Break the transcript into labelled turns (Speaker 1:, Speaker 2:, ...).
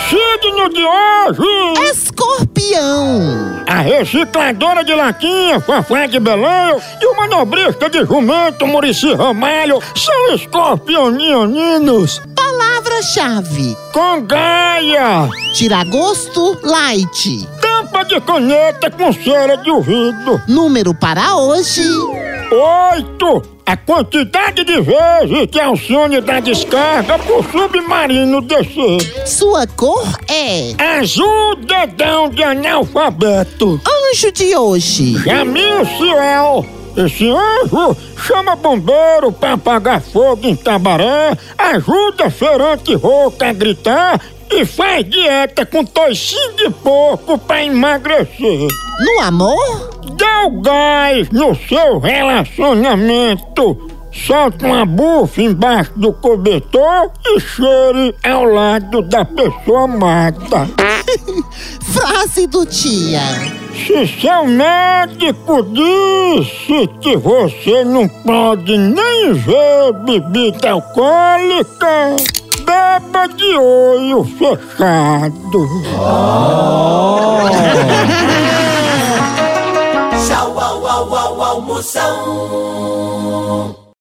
Speaker 1: assunto de hoje!
Speaker 2: Escorpião!
Speaker 1: A recicladora de latinha, Fafá de Belém, e o manobrista de jumento, Murici Ramalho, são escorpionianinos.
Speaker 2: Palavra-chave:
Speaker 1: Com gaia,
Speaker 2: Tiragosto Light.
Speaker 1: tampa de caneta com cera de ouvido.
Speaker 2: Número para hoje:
Speaker 1: Oito, a quantidade de vezes que a Alcione dá descarga pro submarino descer.
Speaker 2: sua cor é
Speaker 1: Azul dedão de analfabeto.
Speaker 2: Anjo de hoje.
Speaker 1: Jamil Ciel. Esse anjo chama bombeiro pra apagar fogo em Tabaré, ajuda feirante rouca a gritar e faz dieta com toicinho de porco pra emagrecer.
Speaker 2: No amor,
Speaker 1: Dá o gás no seu relacionamento. Solta uma bufa embaixo do cobertor e cheire ao lado da pessoa amada.
Speaker 2: frase do dia.
Speaker 1: Se seu médico disse que você não pode nem ver bebida alcoólica, beba de olho fechado.
Speaker 3: Tchau, au, au, au, almoção.